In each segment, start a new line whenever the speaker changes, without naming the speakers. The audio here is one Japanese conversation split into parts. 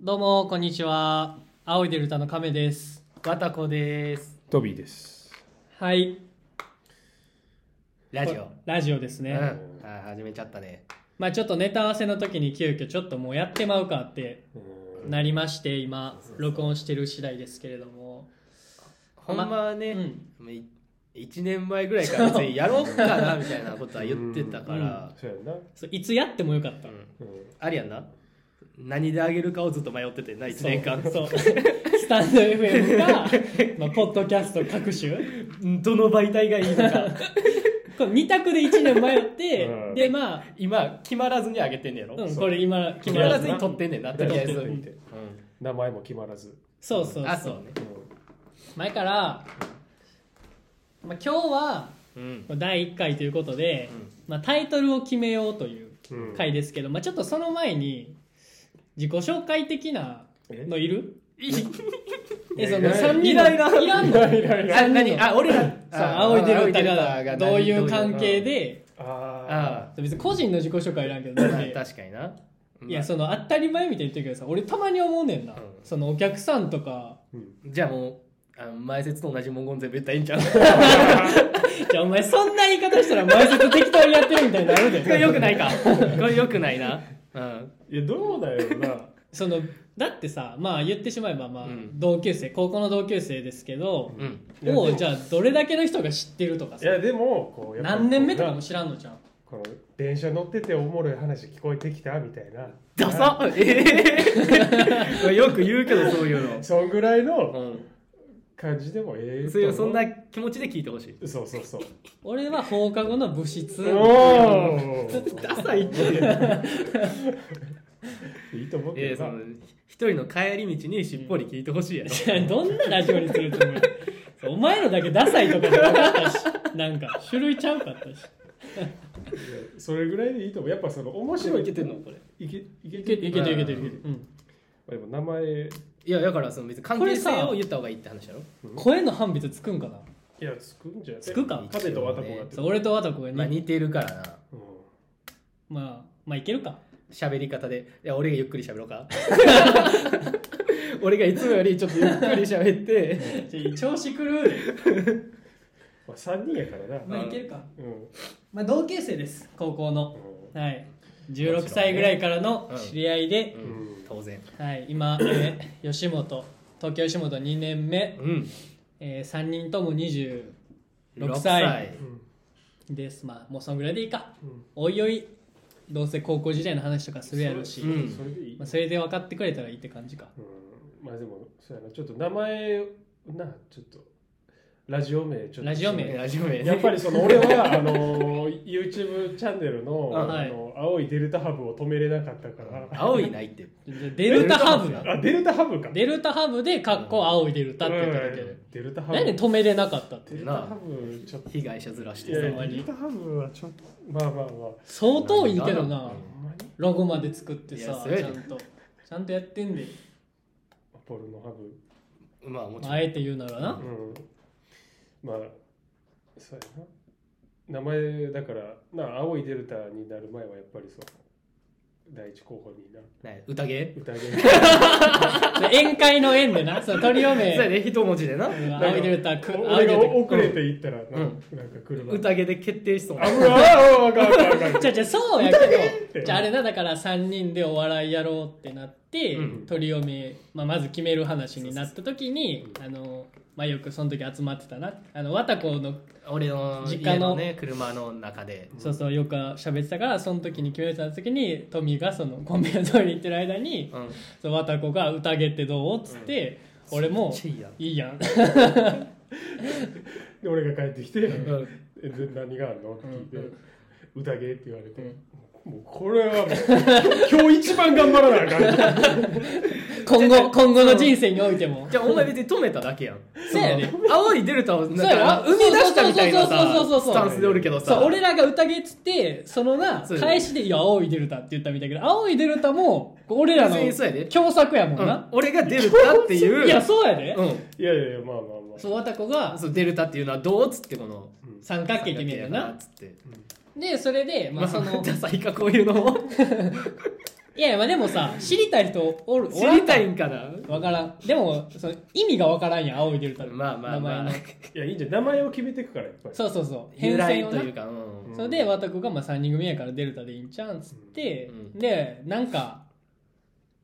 どうもこんにちは。青いでる歌の亀です。わたこです。
トビーです。
はい。
ラジオ。
ラジオです
う
ね。
ん。あー始めちゃったね。
まあちょっとネタ合わせの時に急遽ちょっともうやってまうかってなりまして今録音してる次第ですけれども。
ほんまはね、
うん
もうい一年前ぐらいから別 にやろうかなみたいなことは言ってたから、
そうやな。
そういつやってもよかった。
うん
う
ありやんな。何であげるかをずっと迷っててな、一年間。
そう。スタンド FM か、まあ、ポッドキャスト各種。
どの媒体がいいのか。
こ2択で1年迷って、
うん
で、まあ、
今、決まらずにあげてんねやろ。
うん、
決
これ今決
ま
まら
ら
ず
ず
に
に
と
撮ってんねんな、と
ん。
りあえず。
ずて
う
名前も決まらず。
そうそうそ
ん
う
あ、そうね。
前から、まあ、今日は
うん。
第1回ということで、まあ、タイトルを決めようという
うん
回ですけど、まあ、ちょっとその前に自己紹介的なのいるえその
いやいや
3人の
いらんいらん
いらん
い
の
やいやいや
あ、何あ、俺ら。
そう
あ
青いでる歌
青
が
い出る
どういう関係で
あ
あ
別に個人の自己紹介いらんけど
あ、
だって
確かにな。
いやその当たり前みたいに言ってるけどさ俺たまに思うねんな、
うん
そのお客さんとか
あ。うん
じゃあもう、あの前説と同じ文言全部言ったらいいんちゃう
じゃあお前そんな言い方したら前説適当にやってるみたいになる
これ
で
よくないか。これよくないな。うん。
いや、どうだよな。
そのだってさまあ言ってしまえばまあ
うん
同級生高校の同級生ですけど、
うん。
いや
を
でも
じゃあどれだけの人が知ってるとか
い
さ
や、でも、こう、やっぱ
何年目とかも知らんのじゃん
この電車乗ってておもろい話聞こえてきたみたいな。
ダ サええよく言うけど、そういうの。
そんぐらいの
う
感じでもええ
ん。
と
そう
思。
いうう、そんな気持ちで聞いてほしい。
そうそうそう。
俺は放課後の部室
お
ダサいって。
ーいいと思う
い
け
や、
ど
そ
な
の、一人の帰り道にしっぽり聞いてほしいやろ。
どんなラジオにすると思うお前のだけダサいとかじゃなかったしなんか種類ちゃうかったし
いやそれぐらいでいいと思う。やっぱその、面白い。
いけてんのこれ。
いけ、いけ
いけてるいけてるいけてる、
でも名前、
いや、だから、その別に関
これ
係
さ
性を言った方がいいって話やろ。
うん、声の判別つくんかない
や、つくんじゃない
つくか
カフェとワタコがやって
そ
る
う俺と和田子がに
まあ、似てるからな。
うん
まあまあいけるか
喋り方で、いや、俺がゆっくり喋ろう か。俺がいつもよりちょっとゆっくり喋って、
調子狂うで
まあ、3人やからな。
まあいけるか
うんうん
まあ同級生です高校のはい16歳ぐらいからの知り合いで、
うん
当然。
はい、今、えー吉本東京吉本2年目、
うん。
え3人とも26歳
うん
ですまあもうそんぐらいでいいか
うん
おいおいどうせ高校時代の話とかするやろうし
そ
うん
それでいい、
まあ、それで分かってくれたらいいって感じか
うんまあでもそうやなちょっと名前なちょっとラジオ名ちょっと
ラジオ名
ラジオ名
やっぱりその俺は あの YouTube チャンネルの,、
あ
はい
あの青いデルタハブを止めれなかったから
青いないって。
じゃあデルタハブ
デ
な
あデルタハブか
デルタハブでかっこ青いデルタって言っただけ
う
で
んデルタハブ
何で止めれなかったって
デルタハブちょっと
被害者ずらし
いや
て
いやデルタハブはちょっとまあまあまあ
相当いいけどな
うん
ほんまに
ロゴまで作ってさ
い
ち
や
ゃん
そうやで
とちゃんとやってんで、
ポルノハブ
さ。まあも
ま
ちろ
あ、
ん。
あえて言うならな、
うんまあそうやな名前だからな青いデルタになる前はやっぱりそう第一候補に な
ね宴
宴が
で宴会の縁で なそのトリオ
そうや
名
で、一文字でな。
うん青いデルタく青い
俺
デ
が
ルタ
遅れて行ったらな,、
うん
なんか車
宴で決定しそうな。
あうわあかんあかん
じ
あかんあか
ゃ
ん
あじゃあそうやけどじゃああれなだから3人でお笑いやろうってなって、
うん
トリオ名、まあ、まず決める話になった時にあの、まあ、よくその時集まってたなあの綿子の
俺の
実家
家
の
のね、車の中で。
そうそうよく喋ってたからその時に決めてた時にトミーがそのコンビニのトイレ行ってる間に
うん。
その綿子が「宴ってどう?」っつって、俺も
ちっちゃいやん
「いいやん」
で俺が帰ってきて、
ん
えで何があるのって聞いて、
うん
宴って言われて、
うん
もうこれはもう今日一番頑張らなあかん
今後今後の人生においても
じゃあお前別に止めただけやん。
そうやね
青いデルタを
そうや
な
ろ
んか生み出したみたいな
そうそうそうそうそうそ
さ、
う
スタンスでおるけど
そ
さ。
う俺らが宴っつってそのな
そう
返しで「いや青いデルタ」って言ったみたいだけど青いデルタも俺らの
別にそうやで
共作やもん
う、
なん
俺がデルタっていう。
いやそうやで
うん。
いやいやいやまあまあまあ
そうわたこが
そうデルタっていうのはどうっつってこの
三角形決める
三角形や
な
っつって
でそれでまあ
まあそ
そ
の
の
ダサいかこういうのも
いやいやまあでもさ知りたい人おる
知りたい
ん
んかな
分からんでもその意味が分からんやん青い出るため
まあまあま
名前
あ
の
いやいいんじゃん名前を決めていくからやっぱり
そうそうそう
由来
を
と
な
いうか、うん
ん
それで綿子がまあ3人組やからデルタでいいんちゃうんっつって、
うん
でなんか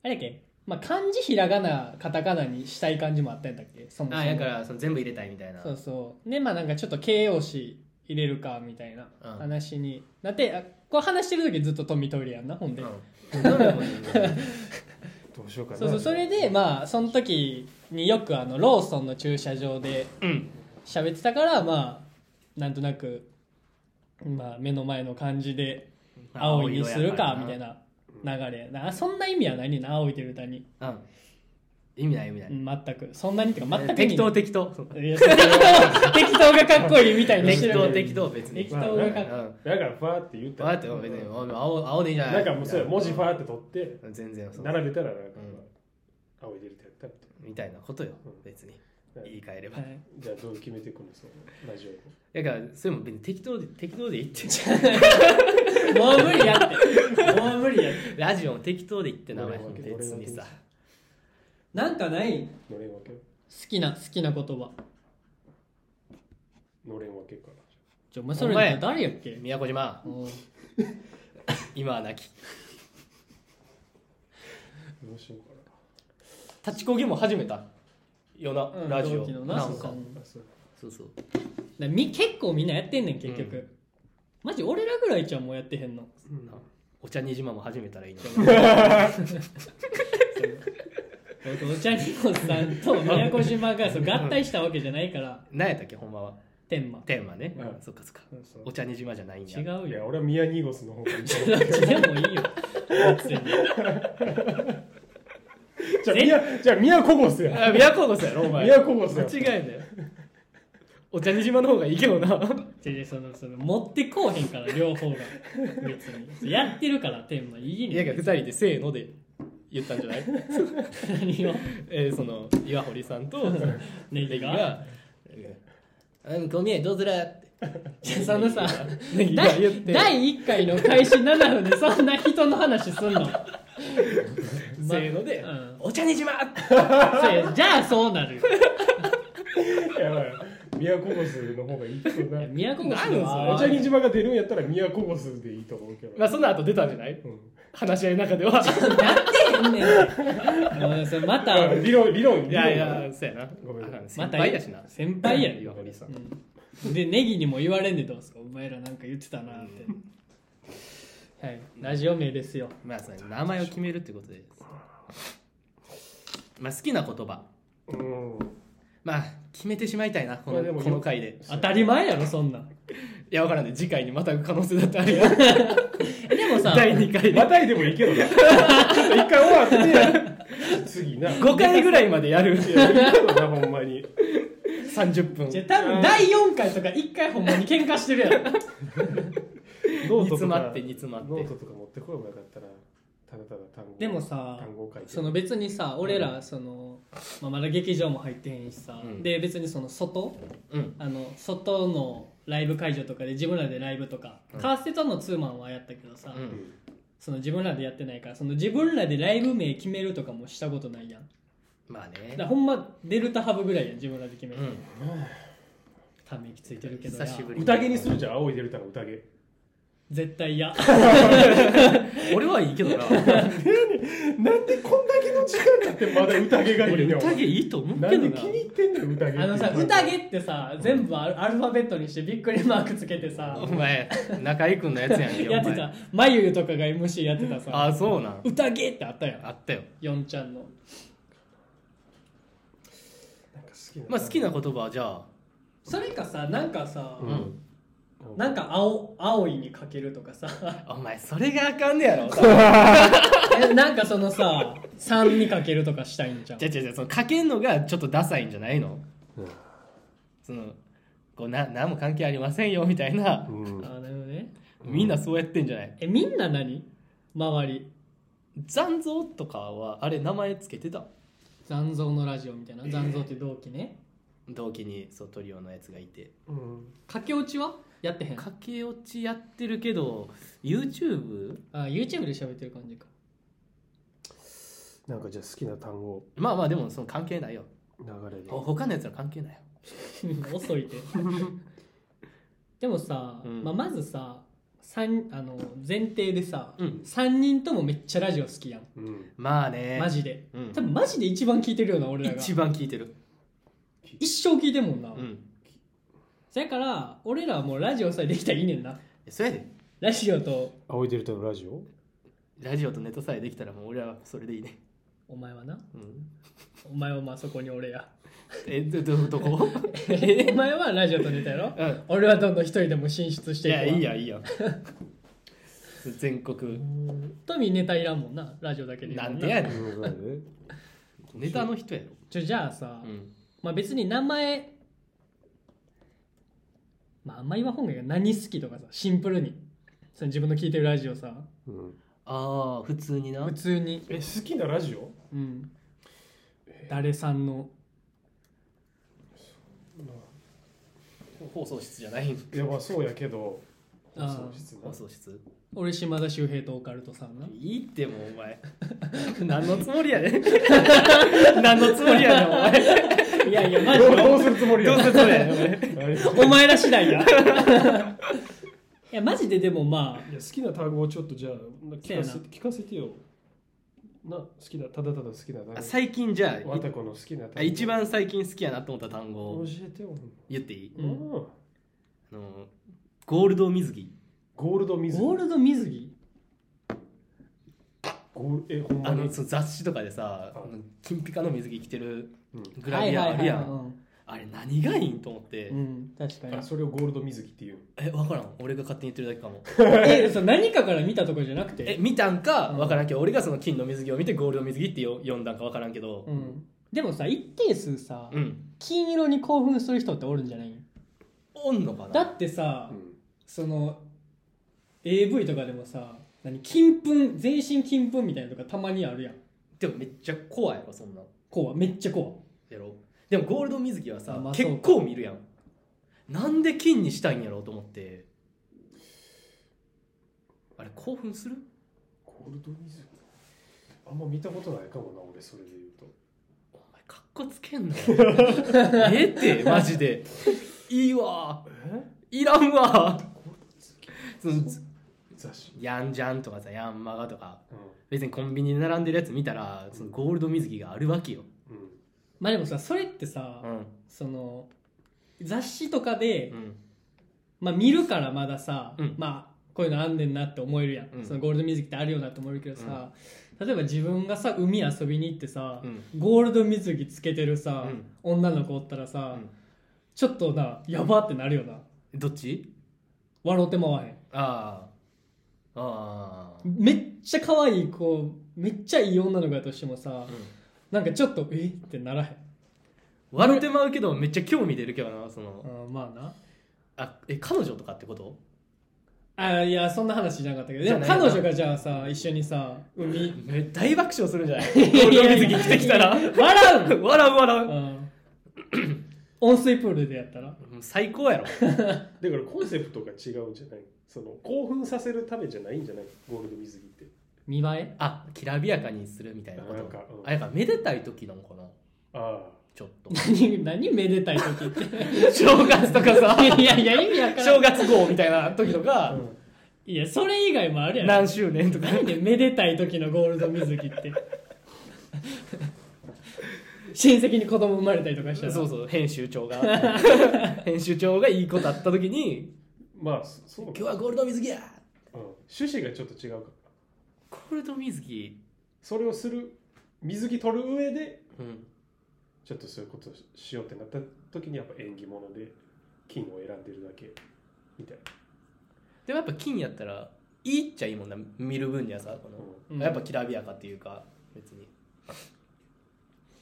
あれやっけ、まあ、漢字ひらがなカタカナにしたい感じもあったんだっけそもそも
あだからその全部入れたいみたいな
そうそうでまあなんかちょっと形容詞入れるかみたいな
うん
話になって、あこう話してる時ずっと富トイレやんなほんで、
うんどれもいいよね
どうしようかな
そうそうそれでまあその時によくあのローソンの駐車場で
うん
喋ってたからまあなんとなく、まあ、目の前の感じで 青いにするかみたいな流れなそんな意味はないねんな青いデルタに
うん意味ない意味ない、
うん全くそんなにっていうか全く意味
適
な
当
い
適当
いやそうそう適当がかっこいいみたいにして
適
る
当適当別に
適当がかっこいい
うん
だからファーって言った
だって別に青青でいいじゃない
なんかもうそうや文字ファーって取って
全然そう
並べたらなんか
うん
青入れるってやったらと
みたいなことよ
うん
別に
うん
言い換えれば
はい
じゃあどう決めていくのそのラジオ
だからそれも別に適当で適当でいいって
もう無理やって。もう無理やって。
ラジオも適当で言って名前
俺は
別にさ
なんかない好
のれんわけ
きな、好きな言葉。
のれんわけから
ちょ、お前
そ
そ
れ
れ誰やっけ
宮古島
うん
今は泣き
どうしようか
立ちこぎも始めたよな、ラジ
同
オ
期のな
なん
そ
か
うそう
なあそう
そうそう
だみ結構みんなやってんねん、結局。マジ俺らぐらいちゃんもうやってへんの。
うん
お茶にじまも始めたらいいの
お茶にこさんと宮古島がそう合体したわけじゃないから、
何やったっけほんまは
天満。
テーマね、
うん
そっかそっか
そうそう
お茶にじまじゃないんや
違う
い や
よ。
俺は宮ニゴスの方がい い
どっちでもいいよ。別に
じゃあ宮じゃあ宮古ゴスや
あ宮古ゴスやろお前
宮古ゴスや
間違いだよお茶にじまの方がいいけどな
違う違うそのその持ってこうへんから両方が別にやってるから天満いい
いや
ね
が
ん
2人でせーので言ったんじゃない
何を
えー、その岩堀さんと
ネギが
「うん小宮どうする?」って
いやそのさ
ネギが
第
言って
第1回の開始7分でそんな人の話すん の
せーので
うん
お茶にじま!」って
そうやじゃあそうなるよ
やばい宮古ゴスの方がいいけどな
宮古
なんそれ
島は
お茶に島が出るんやったら宮古ゴスでいいと思うけど
まあその後出たんじゃない
うん
話し合いの中では
やってへんねんもうそれまた
あ理論理論
いやいやそうやな
ごめん
あ
ま
先
た
輩だしな
先輩やん
岩堀さん
うんでネギにも言われんでどうすかお前らなんか言ってたなってはいラジオ名ですよ
まあその名前を決めるってことですまあ好きな言葉
うん
まあ決めてしまいたいなこ
まあで
の
も
この回で
当たり前やろそんなん
いやわからんで次回にまたぐ可能性だってあるよ
えでもさ
第2回
ま
で
たいでもいいけど なちょっと一回終わって次な
5回ぐらいまでやる
いやいいけどなほんまに
30分
じゃあ多分第4回とか1回ほんまに喧嘩してるやろ
ノートとか
煮詰まって煮詰まって
ノートとか持ってこればよかったらただただ単語
でもさ
単語を書いて
その別にさ俺らその、まあ、まだ劇場も入ってへんしさ、
うん
で別にその外
うん
あの外のライブ会場とかで自分らでライブとか、
うん
カーステとのツーマンはやったけどさ、
うん
その自分らでやってないからその自分らでライブ名決めるとかもしたことないやん
まあ
だから
ね
ほんまデルタハブぐらいやん自分らで決め
う
る、
ん
ため息ついてるけどな
久しぶり
宴にするじゃん青いデルタの宴
絶対 嫌
俺はいいけどな
なんでこんだけの時間だってまだ宴がい
俺
いの
宴いいと思う
な
け
ん
ど
で
な
気に入ってんのよ宴って
あのさ宴ってさ全部アルアルファベットにしてびっくりマークつけてさ
お前中居君のやつやんけお前
やってたまゆゆとかが MC やってたさ
あそうなん
宴ってあったやん
あったよ
よんちゃんの
なんか好きな
まあ好きな言葉はじゃあ
それかさなんかさ、
うん
なんか青青いにかけるとかさ
お前それがあかんねやろ
えなんかそのさ3にかけるとかしたいんじゃん
じゃじゃじゃそのかけんのがちょっとダサいんじゃないの
うん
そのこうな何も関係ありませんよみたいな
うん
あなるほどね
みんなそうやってんじゃない
えみんな何周り
残像とかはあれ名前つけてた
残像のラジオみたいな残像って同期ね
同期にそうトリオのやつがいて
うん
駆け落ちはやってへん
駆け落ちやってるけど YouTube?
あ YouTube で喋ってる感じか
なんかじゃあ好きな単語
まあまあでもその関係ないよ
流れで
ほ他のやつは関係ないよ
遅い ででもさ、
うん
まあ、まずさ三あの前提でさ、
うん
三3人ともめっちゃラジオ好きやん
うん
まあね
マジで
うん
多分マジで一番聞いてるような俺らが
一番聞いてる
一生聞いてるもんな、
うん
だから俺らはもうラジオさえできたらいいねんな
それやで
ラジオと
青いデルタのラジオ
ラジオとネタさえできたらもう俺らはそれでいいね
お前はな
うん
お前はまあそこに俺 や
えどど どこ
お前はラジオとネタやろ
うん
俺はどんどん一人でも進出し
い
ていくわ
やいいやいいや全国
トミーネタいらんもんなラジオだけでいいも
なんんでやねん
流れで
ネタの人やろ
ちょじゃあさ、
うん
まあ別に名前まああんま言わん方がいいけど何好きとかさシンプルにその自分の聞いてるラジオさ
うん
ああ普通にな
普通に、
え好きなラジオ
うん、誰さんの
放送室じゃない
いやまあそうやけど
あー
そう質な
放送室
俺島田秀平とオカルトさんない
いってもうお前何のつもりやねん何のつもりやねんお前
いやいやマジ
どう
で
どうするつもりや
どうせそれ
はいい
お前ら次第 やいやマジででもま あ
や好きな単語をちょっとじゃあ聞
せ
かせ
や
聞かせてよな好きなただただ好きな単
あ
語
最近じゃ
わたこの好きな単
あ一番最近好きやなと思った単語
教
を
えてよ、
言っていい
うん
うん
あのゴールド水着
ゴールド水
ゴールド水着
ゴールえほんま
あ
に
のそう雑誌とかでさあの金ピカの水着着てる
うん
グラビアあるや
はいはい
ん
はい
あれ何がいいんと思って、
うん、うん、確かに
あそれをゴールド水着っていう
え分からん俺が勝手に言ってるだけかも
えそう何かから見たとかじゃなく
え
て、
見たんか分からんけど俺がその金の水着を見てゴールド水着ってよ読んだんか分からんけど
うん、でもさ一定数さ、
うん
金色に興奮する人っておるんじゃない
おんのかな
だってさ、
うん
その AV とかでもさ何金粉全身金粉みたいなのとかたまにあるやん
でもめっちゃ怖いやろそんなん
こうめっちゃこ
やろでもゴールド水着はさ、
あまあ
結構見るやんなんで金にしたいんやろうと思ってあれ興奮する
ゴールド水着あんま見たことないかもな俺それで言うと
お前かっこつけんなよええ ってマジでいいわいらんわそのず
雑誌
ヤンジャンとかさヤンマガとか
う
別にコンビニで並んでるやつ見たらそのゴールド水着があるわけよ、
んうん
うまあでもさそれってさ、
うん
その雑誌とかで、
うん、
まあ、見るからまださ、
うん
まあこういうのあんねんなって思えるやん、
うん
そのゴールド水着ってあるよなって思えるけどさ、例えば自分がさ海遊びに行ってさ、
うん
ゴールド水着つけてるさ、
うん
女の子おったらさ、
うん
ちょっとなやばってなるよな
どっち
笑うてまわへん
ああああ
めっちゃ可愛い子めっちゃいい女の子やとしてもさ、
うん
なんかちょっとえってならへん
笑ってまうけどめっちゃ興味出るけどなその
あまあな
あえ彼女とかってこと
あいやそんな話じゃなかったけどでも
じゃない
彼
よな
女がじゃあさ一緒にさ海
め大爆笑するんじゃ ないゴールド水着着てきたら
笑う
笑う笑う
うん温水プールでやったら
もう最高やろ
だからコンセプトが違うんじゃないその興奮させるためじゃないんじゃないゴールド水着って
見栄え
あきらびやかにするみたいなこと
なんかうん
あやかめでたい時なのかな
ああ
ちょっと
何何めでたい時って
正月とかさ
いやいや意味わから
正
ん
月号みたいな時とか、
いやそれ以外もあるやろ
何周年とか
なんでめでたい時のゴールド水着 って親戚に子供生まれたりとかしたら
そうそう編集 長が編集長がいいことあった時に
まあそそ
「
う
今
だ
日はゴールド水着や!
うん、趣旨がちょっと違うから」
ゴールド水着
それをする水着取る上で
うん
ちょっとそういうことをししようってなった時にやっぱ縁起物で金を選んでるだけみたい
でもやっぱ金やったらいいっちゃいいもんな見る分にはさこ
な、
の、
うん
うん
やっぱきらびやかっていうか別に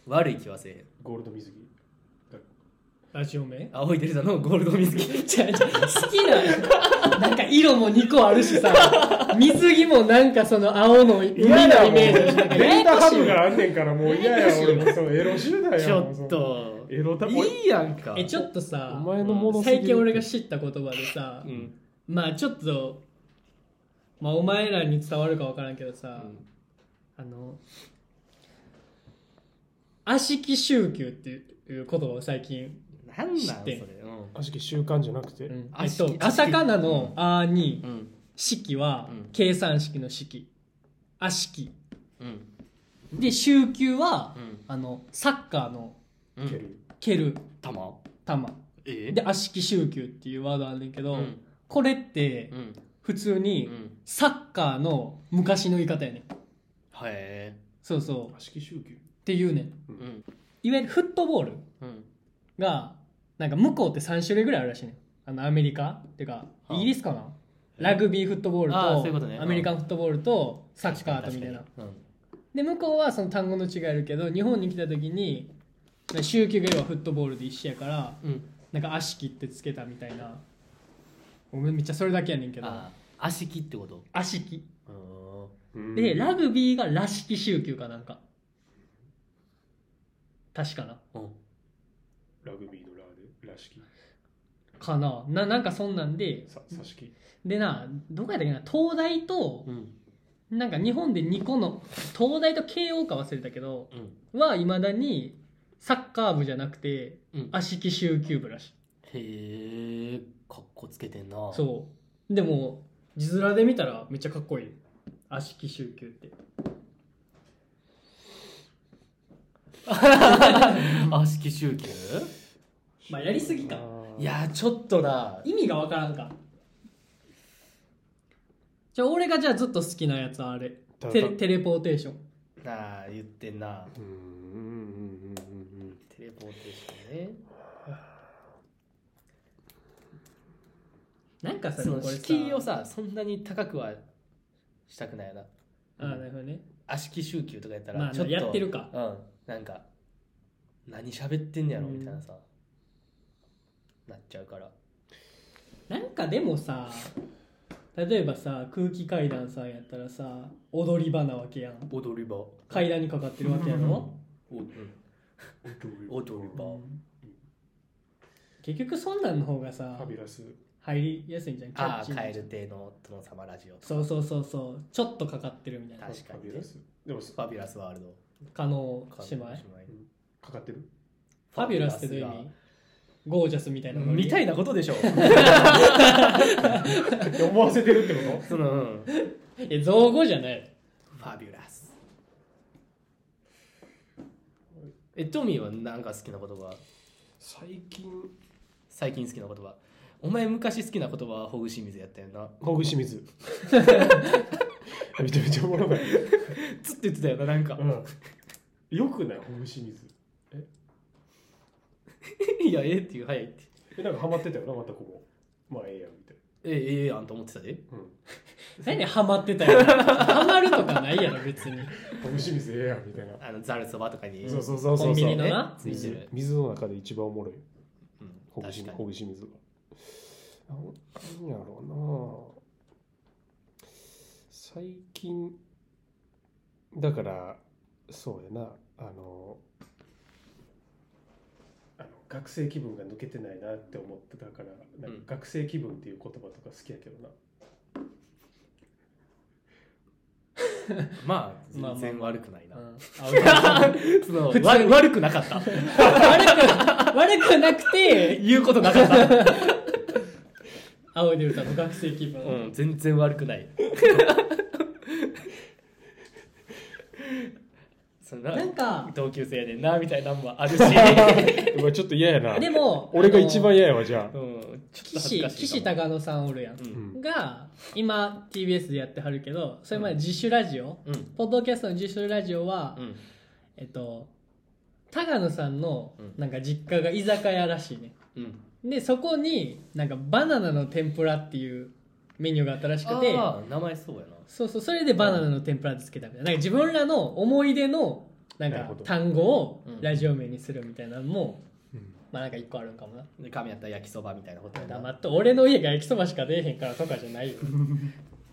悪い気はせえへん
ゴールド水着が
ラジオ名
青いデルタのゴールド水 着
じゃじゃ好きななんか色も2個あるしさ水着もなんかその青の海のイメージをしなきゃ
レンタハ
ややこし
ブ
いわ
があんねんからもう嫌や俺もそうエロ集団や
ちょ
も
っ
うそう
と
エロタブ
いいやんか
えちょ
っ
っとさ
お前のものすぎる
最近俺が知った言葉でさ、
うん
まあちょっとまあお前らに伝わるか分からんけど
う
さ、
ん
あの悪しき宗教っていう言葉を最近、
なんなん
知
そ
っ
れ
てん
うん
悪しき習慣じゃなくて、
うんえ
悪
っ
しき
と、カタカナの「あ」に
うん
「式」は
うん
計算式の式「あ式
うん」
で「週休」は
うん
あのサッカーの
うん
蹴る
「蹴る
玉」
球
ええ
で「あ式週休」っていうワードあんねんけ
う
ど、
ん
これって
うん
普通
う
に
ん
サッカーの昔の言い方やねん
はえ
そうそうっ
悪しき宗教
ていうねん
うん
いわゆるフットボール
うん
がなんか向こうって3種類ぐらいあるらしいねんあのアメリカっていうか
あ
イギリスかなラグビーフットボールと
あーそういうことね
アメリカンフットボールとサッカーとみたいなで向こうはその単語の違いあるけど日本に来た時に宗教が要はフットボールで一緒やから
うん
なんか悪しきってつけたみたいなごめんめっちゃそれだけやねんけど
ああ足切ってこと
悪しき
うん
うん
でラグビーがらしき宗教かなんか確かな
うん
ラグビーのラーでらしき
かなななんかそんなんで
ささしき
でなどこやったっけな東大と
うん
なんか日本で2個の東大と慶応か忘れたけど
うん
はいまだにサッカー部じゃなくて
うん
悪しき宗教部らしい
へえかっこつけてんなう
そうでも字面で見たらめっちゃかっこいい悪しき宗教って
足切集球
まあやりすぎか
あー
いやちょっとな
意味がわからんかじゃあ俺がじゃあずっと好きなやつはあれ
だ
テ
だ
レテレポーテーション
なあ言ってんな
うんうんうんうんうん
テレポーテーションね
なんかさ
そ
で
の
もこれさ
敷居をさそんなに高くはしたくないよな
あーなるほどね
悪しき宗教とかやったら、
まあ
ちょっと
やってるか
うんなんか何喋ってんねやろみたいなさ、なっちゃうから
なんかでもさ例えばさ空気階段さんやったらさ踊り場なわけやん
踊り場お、
階段にかかってるわけやろ
うん、
踊
踊り場、
結局そんなんの方がさ
ファビュラス
入りやすいんじゃん
ああ
キャッ
蛙
チーな
亭の殿様ラジオ
そうそうそうそうちょっとかかってるみたいな
確
フ
か
ァビュ
にね
ラスでも
ファビュラスワールド
加納姉妹
かかってる
ファビュラスってどういう意味ゴージャスみたいな
みた
い
いなことでしょ
いや思わせてるってこ
その、うんフ
え造語じゃない
ァビュラスえトミーは何か好きな言葉
と最近
最近好きな言葉お前昔好きな言葉はほぐし水やったよな
ほぐし水めちゃめちゃおもろない、
つって言ってたよななんか
うん、よくないほぐし水
いやええっていう早いって
えなんかハマってたよなまたここまあええやんみたい
ええええやんと思ってたで
な、
何ハマってたよハマるとかないやろ別に
うん、ほぐし水ええやんみたいな、
あのざるそばとかに
そうそうそうそう
コンビニ
ね
のな
ついて
水
る、
水の中で一番おもろい
うん
ほぐし
確か
ほ
に
ぐし水がなんやろうな最近だからそうやなあのあの学生気分が抜けてないなって思ってたからなんか学生気分っていう言葉とか好きやけどな、
まあ
まあまあ
全然悪くないうな、
んあ
その
普通に
悪悪くなかった
悪く悪くなくて
言うことなかった、
青で歌の学生気分、
うん、全然悪くないそんな
なんか
同級生やねんなみたいなのもある し、
うわちょっと嫌やな
でも
俺が一番
や
嫌やわじゃ
う
あ、
ん、ちょっと恥ず
岸
かしい
岸
かも
高野さんおるやん、
うん
が今 TBS でやってはるけどそれまで自主ラジオ、
うん
ポッドキャストの自主ラジオは、
うん
えっと高野さんの
うん
なんか実家が居酒屋らしいね
うん
でそこになんかバナナの天ぷらっていうメニューがあったらしくて
あー名前そうやな
そうそうそれでバナナの天ぷらってつけたみたいななんか自分らの思い出のなん
なる
か
ほど
単語を
うん
ラジオ名にするみたいなのも、
うん
まあなんか一個あるんかもな
で神やったら焼きそばみたいなことやな
黙って俺の家が焼きそばしか出えへんからとかじゃ ないよ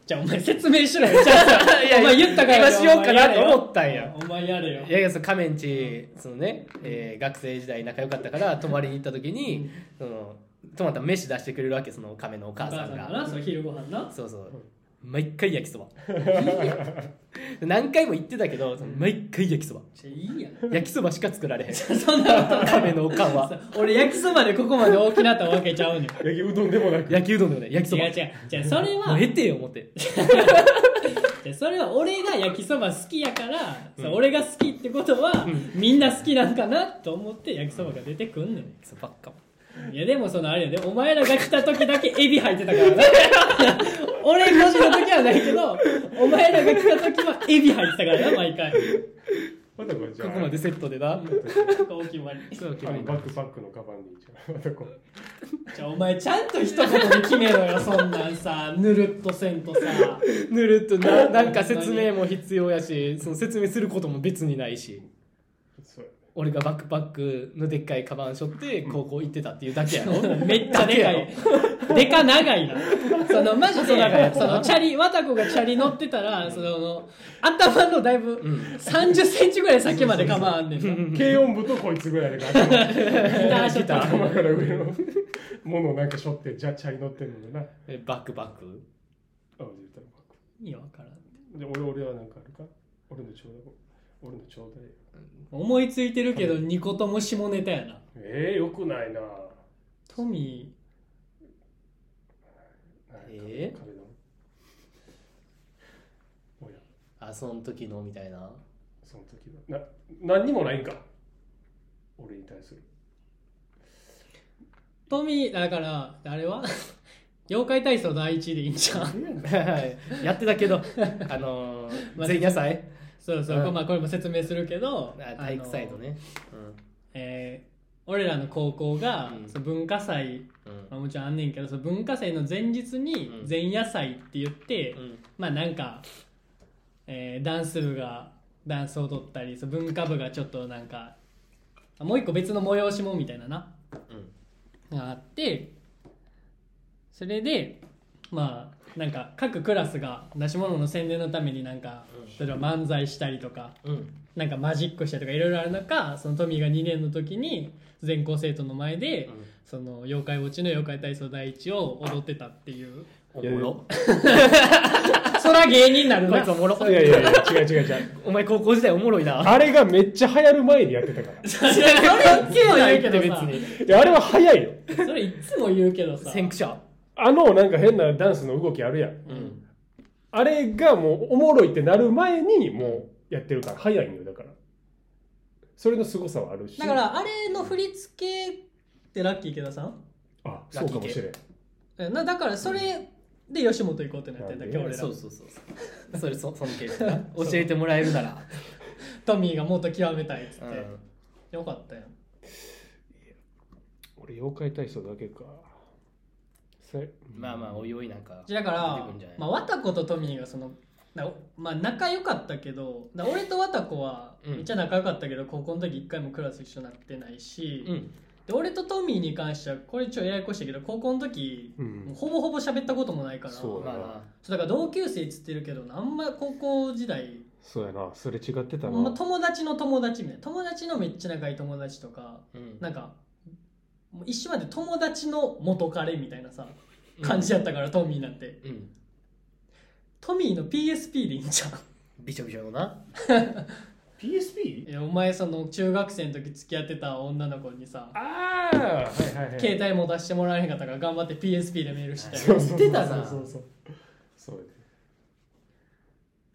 じゃあお前説明しろよじゃあ
いや
お前言ったから
今しようかなと思ったんや
お前やれよ
いやいやその仮面地そのね、えー学生時代仲良かったから泊まりに行った時に、その泊まったら飯出してくれるわけその亀のお
お
母さんが
なその昼ご飯な
そうそう毎回焼きそば何回も行ってたけどその毎回焼きそば
じゃあいいやん
焼きそばしか作られへん
そんなこと
亀のおかんは
俺焼きそばでここまで大きなったわけちゃうねん
焼きうどんでもなく
焼きうどんでもない焼きそば
違う違う違うそれ
も
は
うええってよ思って
じゃあそれは俺が焼きそば好きやから、
うん
そう俺が好きってことは、
うん
みんな好きなんかなと思って焼きそばが出てくんね
そうばっかも
んいやでもそのあれやでお前らが来た時だけエビ入ってたからな 俺個人の時はないけどお前らが来た時はエビ入ってたからな毎回
またこれじゃ
こ
あ
こまでセットでな
こう決まり
そう決
あ
ま
の
り
バックパックのカバンにじゃあまたこう
じゃあお前ちゃんと一言で決めろよそんなんさぬるっとせんとさ
ぬるっとななんか説明も必要やしその説明することも別にないし
そう
俺がバックパックのでっかいカバン背負って高校行ってたっていうだけやろ
めっちゃでかい。でか長いな。その、マジで、その、チャリ、綿子がチャリ乗ってたら、その、頭のだいぶ、30センチぐらい先までカバンあんね んな。
軽音部とこいつぐらいで頭
ギターショット
頭から上のものをなんかしょってじゃあチャリ乗ってるのでなあ
えバックバック
言ったらバック
いや、わからん。
で俺俺はなんかあるか俺のちょうだい俺のちょうだい
思いついてるけど、二個とも下ネタやな。
ええよくないな
トミ
えー
壁のおや
あその時のみたいな
その時はな何にもないんか俺に対する
ー、トミー、だから、あれは 妖怪体操第一でいいんじ ゃん。
やってたけ どあのー
まあ
前夜祭
そうそう、まあこれも説明するけど、
あ体育祭のね
えー俺らの高校が、
うん
その文化祭
うんうん
まあ、もちろんあんねんけどその文化祭の前日に
うん
前夜祭って言って、
うん
まあなんか、えーダンス部がダンスを踊ったりその文化部がちょっとなんかあもう一個別の催しもみたいなな
うん
があってそれでまあなんか各クラスが出し物の宣伝のためになんか
うん
例えば漫才したりとか
うん
なんかマジックしたりとかいろいろある中そのトミーが2年の時に全校生徒の前で、その妖怪ウォッチの妖怪体操第一を踊ってたっていう
おもろ
そら芸人になる
こ
ない
つおもろ
いやいやいや違う違う違う
お前高校時代おもろいな
あれがめっちゃ流行る前にやってたか ら
それいつも言うけど
別
さ
に
いやあれは早いよ
それいつも言うけどさ
先駆者
あのなんか変なダンスの動きあるやん
うん
あれがもうおもろいってなる前にもうやってるから早いんよだからそれの凄さはあるし
だからあれの振り付けってラッキー池田さん
あそうかもしれん
えなだからそれで吉本行こうってなってんだっけ
なん
俺ら
そうそうそうそうそれそ尊敬した教えてもらえるなら
トミーがもっと極めたいっつって、
うん
よかったよ
俺妖怪体操だけかせ
まあまあおいおいなんか
だか
出て
ら
くんじゃない、
まあ、綿子とトミーがそのなまあ仲良かったけどだ俺と綿子は
うん
めっちゃ仲良かったけど、高校の時一回もクラス一緒になってないし、
うん
で俺とトミーに関してはこれちょっとややこしいけど高校の時、
う
もうんほぼほぼ喋ったこともないから
そう
まあ
だ
な
な
そうだから同級生っつってるけどあんま高校時代
そうやなそれ違ってた
ほんま
な
友達の友達みたいな友達のめっちゃ仲いい友達とか
うん
なんかもう一瞬まで友達の元彼みたいなさ感じやったから、トミーなんて
うん
トミーの PSP でいいんじゃん
びしょびしょのな
PSP?
えお前その中学生の時付き合ってた女の子にさ
ああはいはいはい
携帯も出してもらえへんかったから頑張って PSP でメールして
そうそうそう
言ってたな
そうそうそうそうや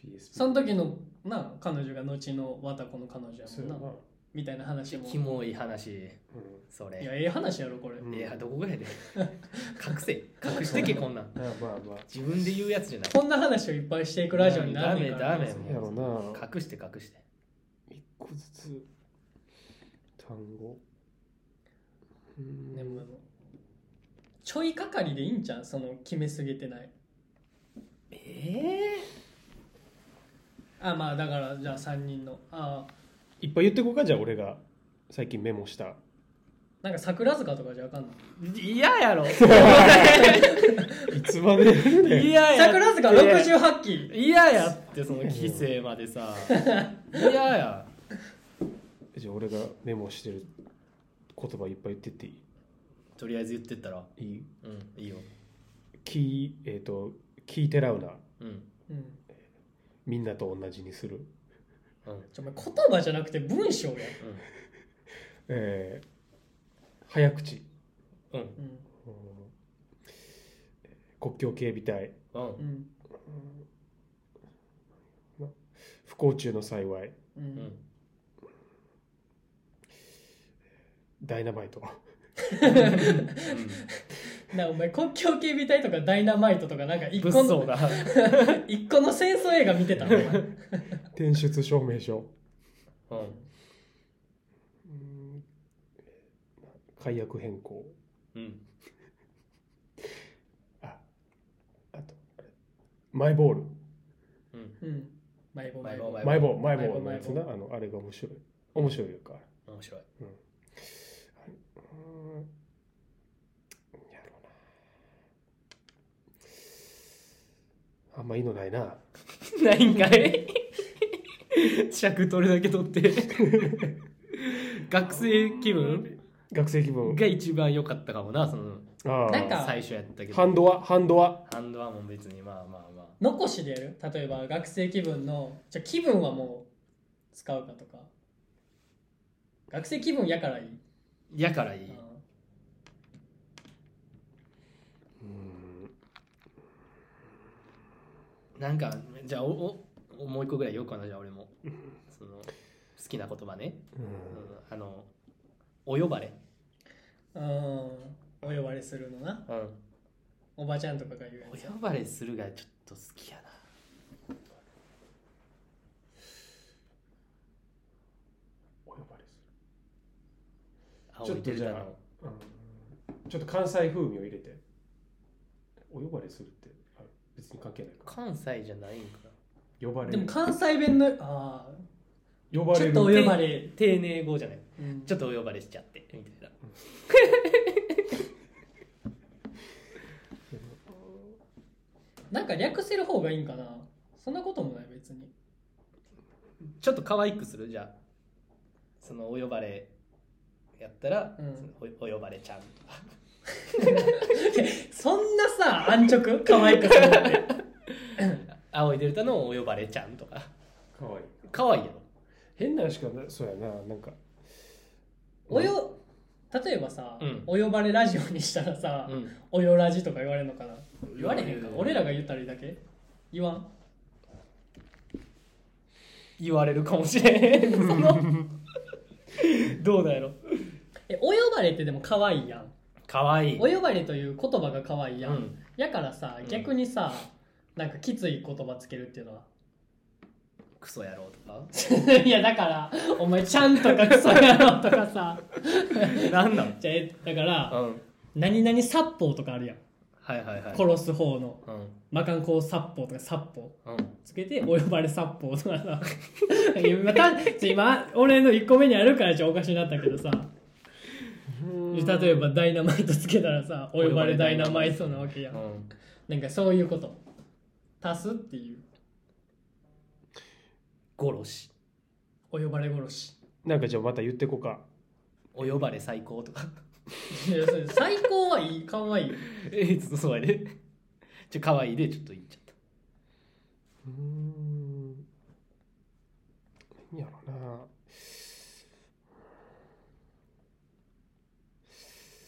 で PSP
その時のな彼女が後の綿子の彼女や
そうや
も
なん
なみたいな話も
キモい話
うん
そ
いや
れ
ええ話やろこれ
うん
いやどこ ぐらいで隠せ隠してけこんなん
まあまあまあ
自分で言うやつじゃない
こんな話をいっぱいしていくラジオになるねんから
ダメダメ
そうやろな
隠して隠して
一個ずつ単語うーん
でもちょいかかりでいいんじゃんその決めすぎてない
え
あまあだからじゃあ3人のあ
いっぱい言ってこうかじゃあ俺が最近メモした
なんか桜塚とかじゃあかんない
え嫌 やろ
いつまでやるねん
嫌や
桜塚68期
嫌やってその規制までさ嫌や
じゃあ俺がメモしてる言葉いっぱい言ってってい
とりあえず言ってったら
いいい
うんいいよ
キーえっ、とキーテラウナ
うん
うん
みんなと同じにする
うん
ちょお前言葉じゃなくて文章や、
えー早口、
うん
うん
うん国境警備隊
うん
うん
不幸中の幸い
うん
うん
ダイナマイト
なお前国境警備隊とかダイナマイトとかなんか一
物
個の
騒な
一個の戦争映画見てたのお前
転出証明書
うん
うん解約変更
うん
ああとあれマイボール
うん
うんマイボマイボ
マイ
マイボー
ボ
ルマイボー
マイボール
ルのやつなあのあれが面白い面白いよか
面白い
うんやろうなあんまいいのないな
ないんかい尺取るだけ取って学生気分
学生気分
が一番良かったかもなその
ああ
なんか
最初やったけど
ハンドはハンドは
ハンドはもう別にまあまあまあ
残しでやる例えば学生気分のじゃあ気分はもう使うかとか学生気分やからいい
やからいい
うん
なんかじゃあおおもう一個ぐらいよくかなじゃあ俺もその好きな言葉ね、うん
う、
あのお呼ばれ、
うんお呼ばれするのな
うん、
おばちゃんとかが言う
お
やつ
呼ばれするがちょっと好きやな
お呼ばれすち
青
ょ
い
っと
デル
じ
タ
ゃあ
の
るうんちょっと関西風味を入れてお呼ばれするってあ別に関係ないか
関西じゃないんかな
呼ばれ
でも
る
関西弁のあ
呼
あ
ば
ちょ
れ
っとお
る
呼ばれ、
丁寧語じゃない
うん
ちょっとお呼ばれしちゃってみたいな
なんか略せる方がいいんかなそんなこともない別に
ちょっと可愛くするじゃあそのお呼ばれやったら、
うん
そのおお呼ばれちゃんとか
そんなさ安直可愛くするって
青いデルタのお呼ばれちゃんとか
かわいい
可愛いやろ
変なのしかなそうやななんか
およ例えばさ、
うん
お呼ばれラジオにしたらさ、
うん
およラジとか言われるのかな言われへんか
うん
俺らが言ったりだけ言わん
言われるかもしれ んそのどうなんやろ
えお呼ばれってでも可愛いやん
可愛い
お呼ばれという言葉が可愛いやん、
うん
やからさ
うん
逆にさ、なんかきつい言葉つけるっていうのは
クソ野郎とか
いやだからお前ちゃんとかクソやろとかさ
なんなん
じゃあえだから、
うん
何々殺法とかあるやん
はいはいはい
殺す方の
うん
魔漢こう殺法とか殺法
うん
つけてお呼ばれ殺法とかさ 今たちょ今俺の1個目にあるからちょおかしになったけどさ例えばダイナマイトつけたらさお呼ばれダイナマイトなわけやん
うん
なんかそういうこと足すっていう
殺し
お呼ばれ殺し
なんかじゃあまた言ってこうか
お呼ばれ最高とか
いやそれ最高はいいかわいいよ
えちょっとそうやでちょ可愛いでちょっと言っちゃっ
うーん何やろな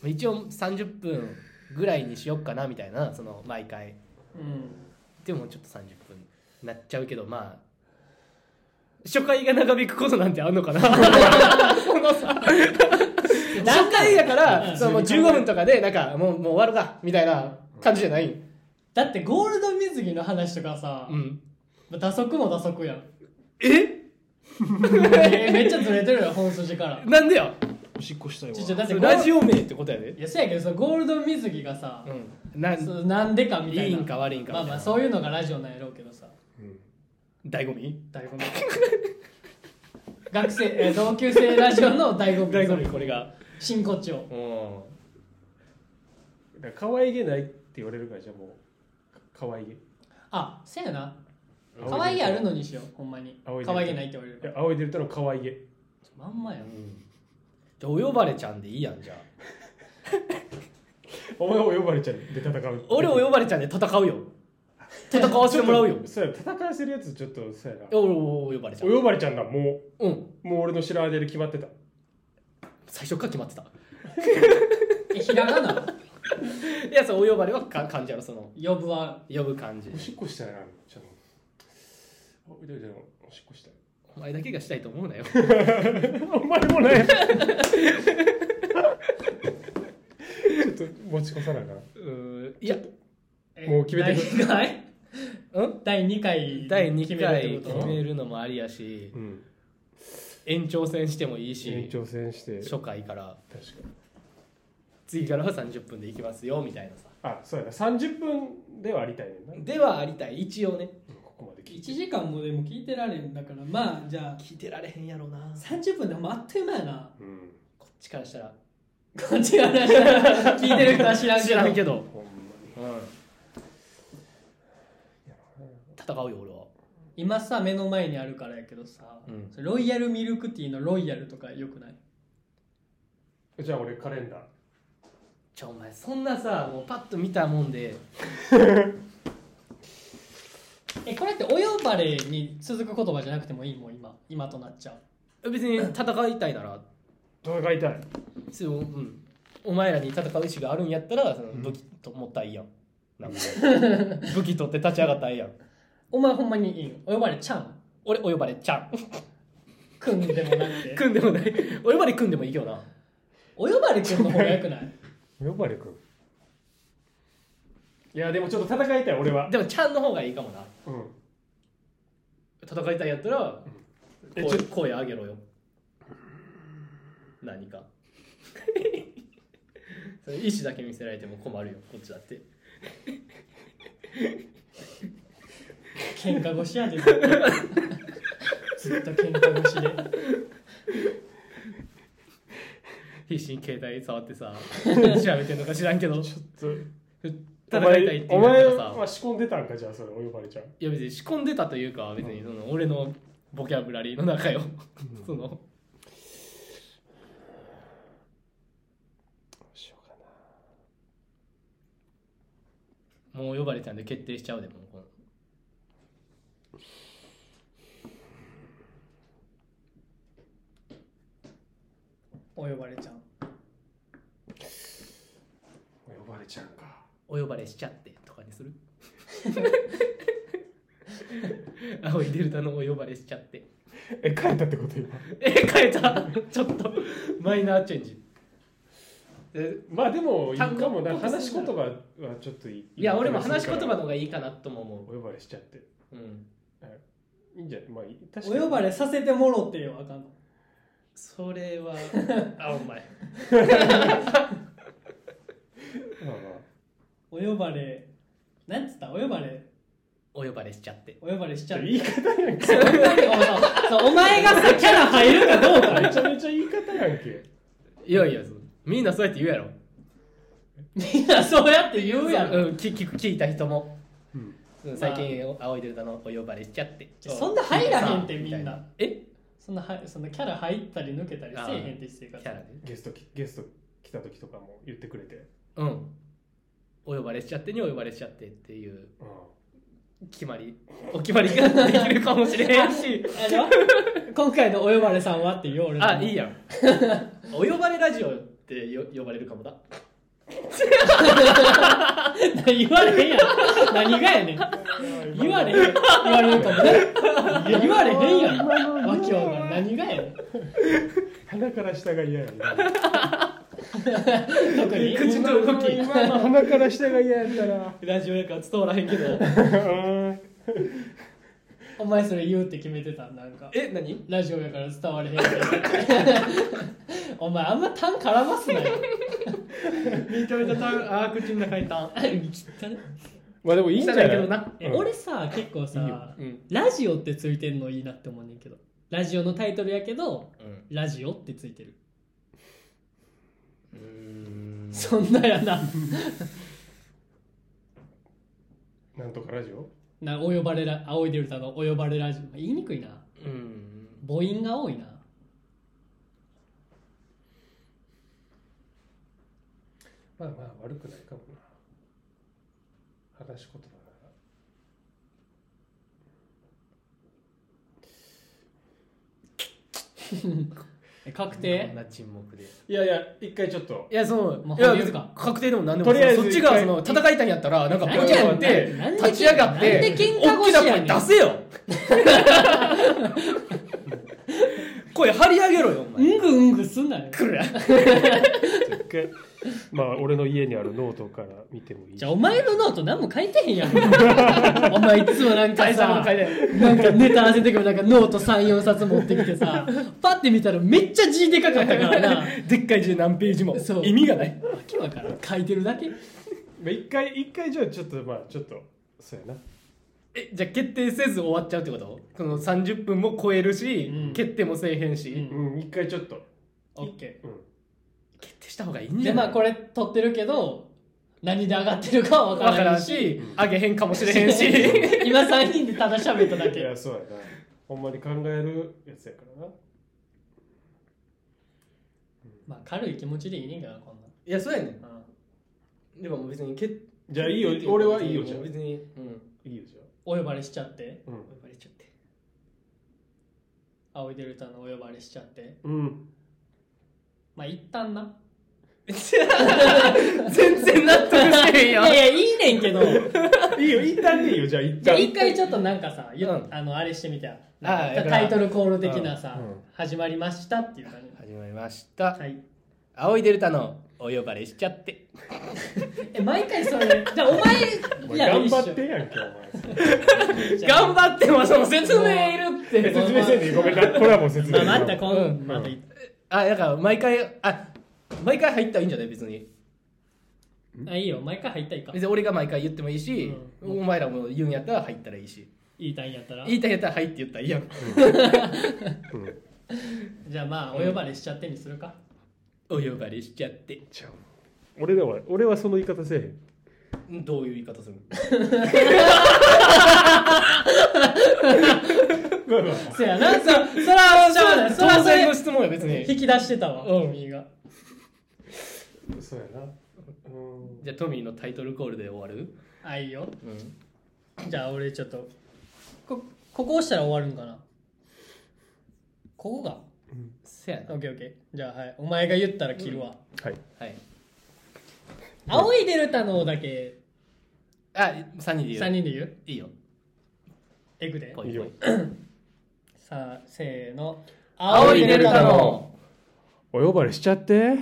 た一応30分ぐらいにしよっかなみたいなその毎回
うん
でもちょっと30分なっちゃうけどまあ初回が長引くことなんてあんのかなこのさ何回やから、
うん
そのもう15分とかでなんかもうもう終わるかみたいな感じじゃない、
だってゴールド水着の話とかさ、
ん、
打足も打足 やん
え
えめっちゃずれてるよ本筋から
なんでよ
おしっこしたいわ
ちょちょだってゴール
ラジオ名ってことやで
いやせやけどそのゴールド水着がさ、
うんなん
そうなんでかみたいない
いんか悪いんか
ま
みた
あ
いな
まあそういうのがラジオなんやろうけどさ
うん
醍醐味
醍醐味学生えー同級生ラジオの醍醐味
醍醐 味これが
真骨頂
うん
だから可愛げないって言われるからじゃあもうか可愛げ
あせやな可愛げあるのにしようほんまに
青い
可愛げないって言われる
い
か
や
ら
青いデルタの可愛げ
まんまや
じゃあお呼ばれちゃんでいいやんじゃあ
お前お呼ばれちゃうで戦う
俺お呼ばれちゃんで戦うよ
あ
戦わせてもらうよ
そうや戦わせるやつちょっとそうやな
おお呼ばれちゃ
お
う
呼ばれちゃうんだも
うん
うもう俺の白で決まってた
最初から決まってた
えひらがない
やそうお呼ばれはか感じやろその
呼ぶは
呼ぶ感じ
おしっこしたいなちょっとおいでおいでおしっこしたい
お前だけがしたいと思うなよ
お前も ねちょっと持ち越さないかな
うーんいや
え
もう決めて
第
く
2回
うん
第2回
第
決め
2
るっ
回
てこ
決
と
めるのもありやし
うん
延長戦してもいいし
延長戦して
初回から
確かに
次からは30分でいきますよみたいなさ
あそうやな30分ではありたいねんな
ではありたい一応ね
ここまで聞い
1
て
時間もでも聞いてられんだからまあじゃあ
聞いてられへんやろな
30分でもあっという間やな
うん
こっちからしたら
こっちが話した聞いてる人は知らんけ
知らん
ど
けど、
ほんまに
うん、戦うよ俺は
今さ目の前にあるからやけどさ、
うん
ロイヤルミルクティーのロイヤルとかよくない
じゃあ俺カレンダー
ちょお前そんなさもうパッと見たもんで
えこれってお呼ばれに続く言葉じゃなくてもいいもん今今となっちゃう
別に戦いたいなら
戦いたい
そううん、お前らに戦う意思があるんやったらその武器と持ったらいいやんなんか武器取って立ち上がったらいいやん
お前ほんまにいいんお呼ばれちゃうん
俺お呼ばれちゃ
くんでもなく
う
て
組んでもないお呼ばれ組んでもいいよな
お呼ばれくんの方がよくない
呼ばれくんいやでもちょっと戦いたい俺は
でもちゃんの方がいいかもな
うん
戦いたいんやったら
え
声
ち
声上げろよ何か その意思だけ見せられても困るよこっちだって
喧嘩腰やでずっとずっと喧嘩腰で
必死に携帯触ってさ 調べてんのか知らんけど
ちょっとお
戦いたい
前
って言
お
うんや
前
ったらさ
は仕込んでたんかじゃあそれお呼ばれちゃう
いや別に仕込んでたというか別にその俺のボキャブラリーの中よその
どうしようかな
もう呼ばれちゃうんで決定しちゃうでもうこの
お呼ばれちゃう
呼ばれちゃうか
お呼ばれしちゃってとか にする青いデルタのお呼ばれしちゃって
え帰ったってこと今
え変えたちょっとマイナーチェンジ
えまあでもいいかもな
単語っぽく
話
す
し
る
言
な
葉はちょっといい
いや俺も話し言葉の
の
方がいいかなとも思
お呼ばれしちゃって
う、うん、
いいんじゃないまあいい確
お呼ばれさせてもろってよあかんの
それ はあお前
まあま
お呼ばれなんつったお呼ばれ
お呼ばれしちゃって
お呼ばれしち
あ
ゃう
言い方やん け
そんなにお前さそうお前がさキャラ入るかどうか
めちゃめちゃ言い方やんけ
いやいやそうみんなそうやって言うやろ
みんなそうやって言うやん
うん、聞聞聞いた人も
うん
うん最近青いデルタのお呼ばれしちゃって
そんな入らへんって
さあ
みんな
みたいえ
そんなはそんなキャラ入ったり抜けたりせえへんってして
キ
る
ャ
から
ラで
ゲストきゲスト来た時とかも言ってくれて
うんお呼ばれしちゃってにお呼ばれしちゃってっていう
うん
決まりお決まりができるかもしれへ んし
あれは今回のお呼ばれさんはって言おう俺の
あいいやん お呼ばれラジオってよ呼ばれるかもだ
言われへんやん何がやねん言われへん言われるかもねいや言われへんやんわけわからん何がやねん
鼻から下が嫌やな
特に
口と動き
今の鼻から下が嫌やったら
ラジオやから伝わらへんけど
うん
お前それ言うって決めてたなんか
え何
ラジオやから伝われへんけど お前あんま単絡ますなよ
めちゃめちゃたんあー口の中にたん
汚い
まあでもいいんじゃな
汚いけど
い
な
え俺さ結構さ
いいよ
うん
ラジオってついてんのいいなって思うねんけどラジオのタイトルやけど
うん
ラジオってついてる
うーん
そんなやな
なんとかラジオ
なお呼ばれら青いデルタのお呼ばれラジオ言いにくいな
うん
母音が多いな
まあまあ悪くないかもな話し言葉なら
え確
こん
定
な沈黙で
いやいや、一回ちょっと。
いやその、
まあ
いや
保留とか
確定でも何でも
とりあえず
そっちが
一回
その戦いたいんやったらなんかポ
なん
ン
で
やって
なんで
立ち上がっ
なん
て
で喧嘩
大
腰
きな
や
声
ねん
出 せよ声張り上げろよお
うん
前
ぐうんぐすんなよ
来るや
一回、まあ、俺の家にあるノートから見てもいい
じゃあお前のノート何も書いてへんや んお前いつもなんか
大したも
さ
の書いてな
な
い
んかネタ合わせの時もなんかノート34冊持ってきてさパッて見たらめっちゃ字でかかったから な
でっかい字で何ページも
そう
意味がない
わけわからん書いてるだけ
まあ一回、一回じゃあちょっと、まあ、ちょっと、そうやな。
えじゃあ決定せず終わっちゃうってことこの30分も超えるし、
うん
決定もせえへんし、
うん
うん、一回ちょっと。
オッケ
うん。
決定した方がいいん
ー
じ
で
ゃない
まあこれ撮ってるけど何で上がってるかは分
わ
か
からら
ん
ん
し
し、あげへんかもしれへんし
今3人でただ喋っただ
いや、
け
そうやな。ほんまに考えるやつやからな。
まあ軽い気持ちでいいねんけどなこんなん
いやそうやねんでももう別に決
じゃあいいよ、俺はいいよ、じゃあ。
別にうん
いいよ、じゃ
お呼ばれしちゃって
あ。
バレちゃって
青いデルタのお呼ばれしちゃって
うん。うん。
まあ一旦な
全然納得してへ ん
い
や
や
ん
いやいいねんけど
いいよ、一旦でいいよ、じゃあ一
じゃあ
旦。
一回ちょっとなんかさ、ゆ
うん
あのあれしてみて
あだから
タイトルコール的なさ、
うんうん
始まりましたっていう感じ、
始まりました
はい、
青いデルタのお呼ばれしちゃって
え毎回それじゃあお
お
前
前
や
頑張
一緒
ってやんけ、お前。
じゃあ
頑張ってもそ の説明いるって
え
説明せんでいい、ごめんな。これはもう説明
まあまた今、
うん
またい
あだから毎回あ毎回入ったらいいんじゃない別に
あいいよ毎回入ったらいいか
別に俺が毎回言ってもいいし、お前らも言うんやったら入ったらいいし
言いたいんやったら
言いたいやったら入って言ったらいいやん
うん
じゃあまあお呼ばれしちゃってにするか、
お呼ばれしちゃって
ちゃう俺らは、俺はその言い方せえへん。
どういう言い方する
まあまあ
そやなそそらそうだよそらそ
当然の
れ
質問や別に
引き出してたわ、
うん
君が
そうやな。うん。
じゃあトミーのタイトルコールで終わる
あいいよ
うん
じゃあ俺ちょっとこここ押したら終わるんかなここが
せやな
オッケーオッケーじゃあはいお前が言ったら切るわ、
はい。
はい
青いデルタのだけ
あ3人で言
3
う
人で言う
いいよ
エグで
ぽいぽい
さあせーの
青いデルタのお呼ばれしちゃって。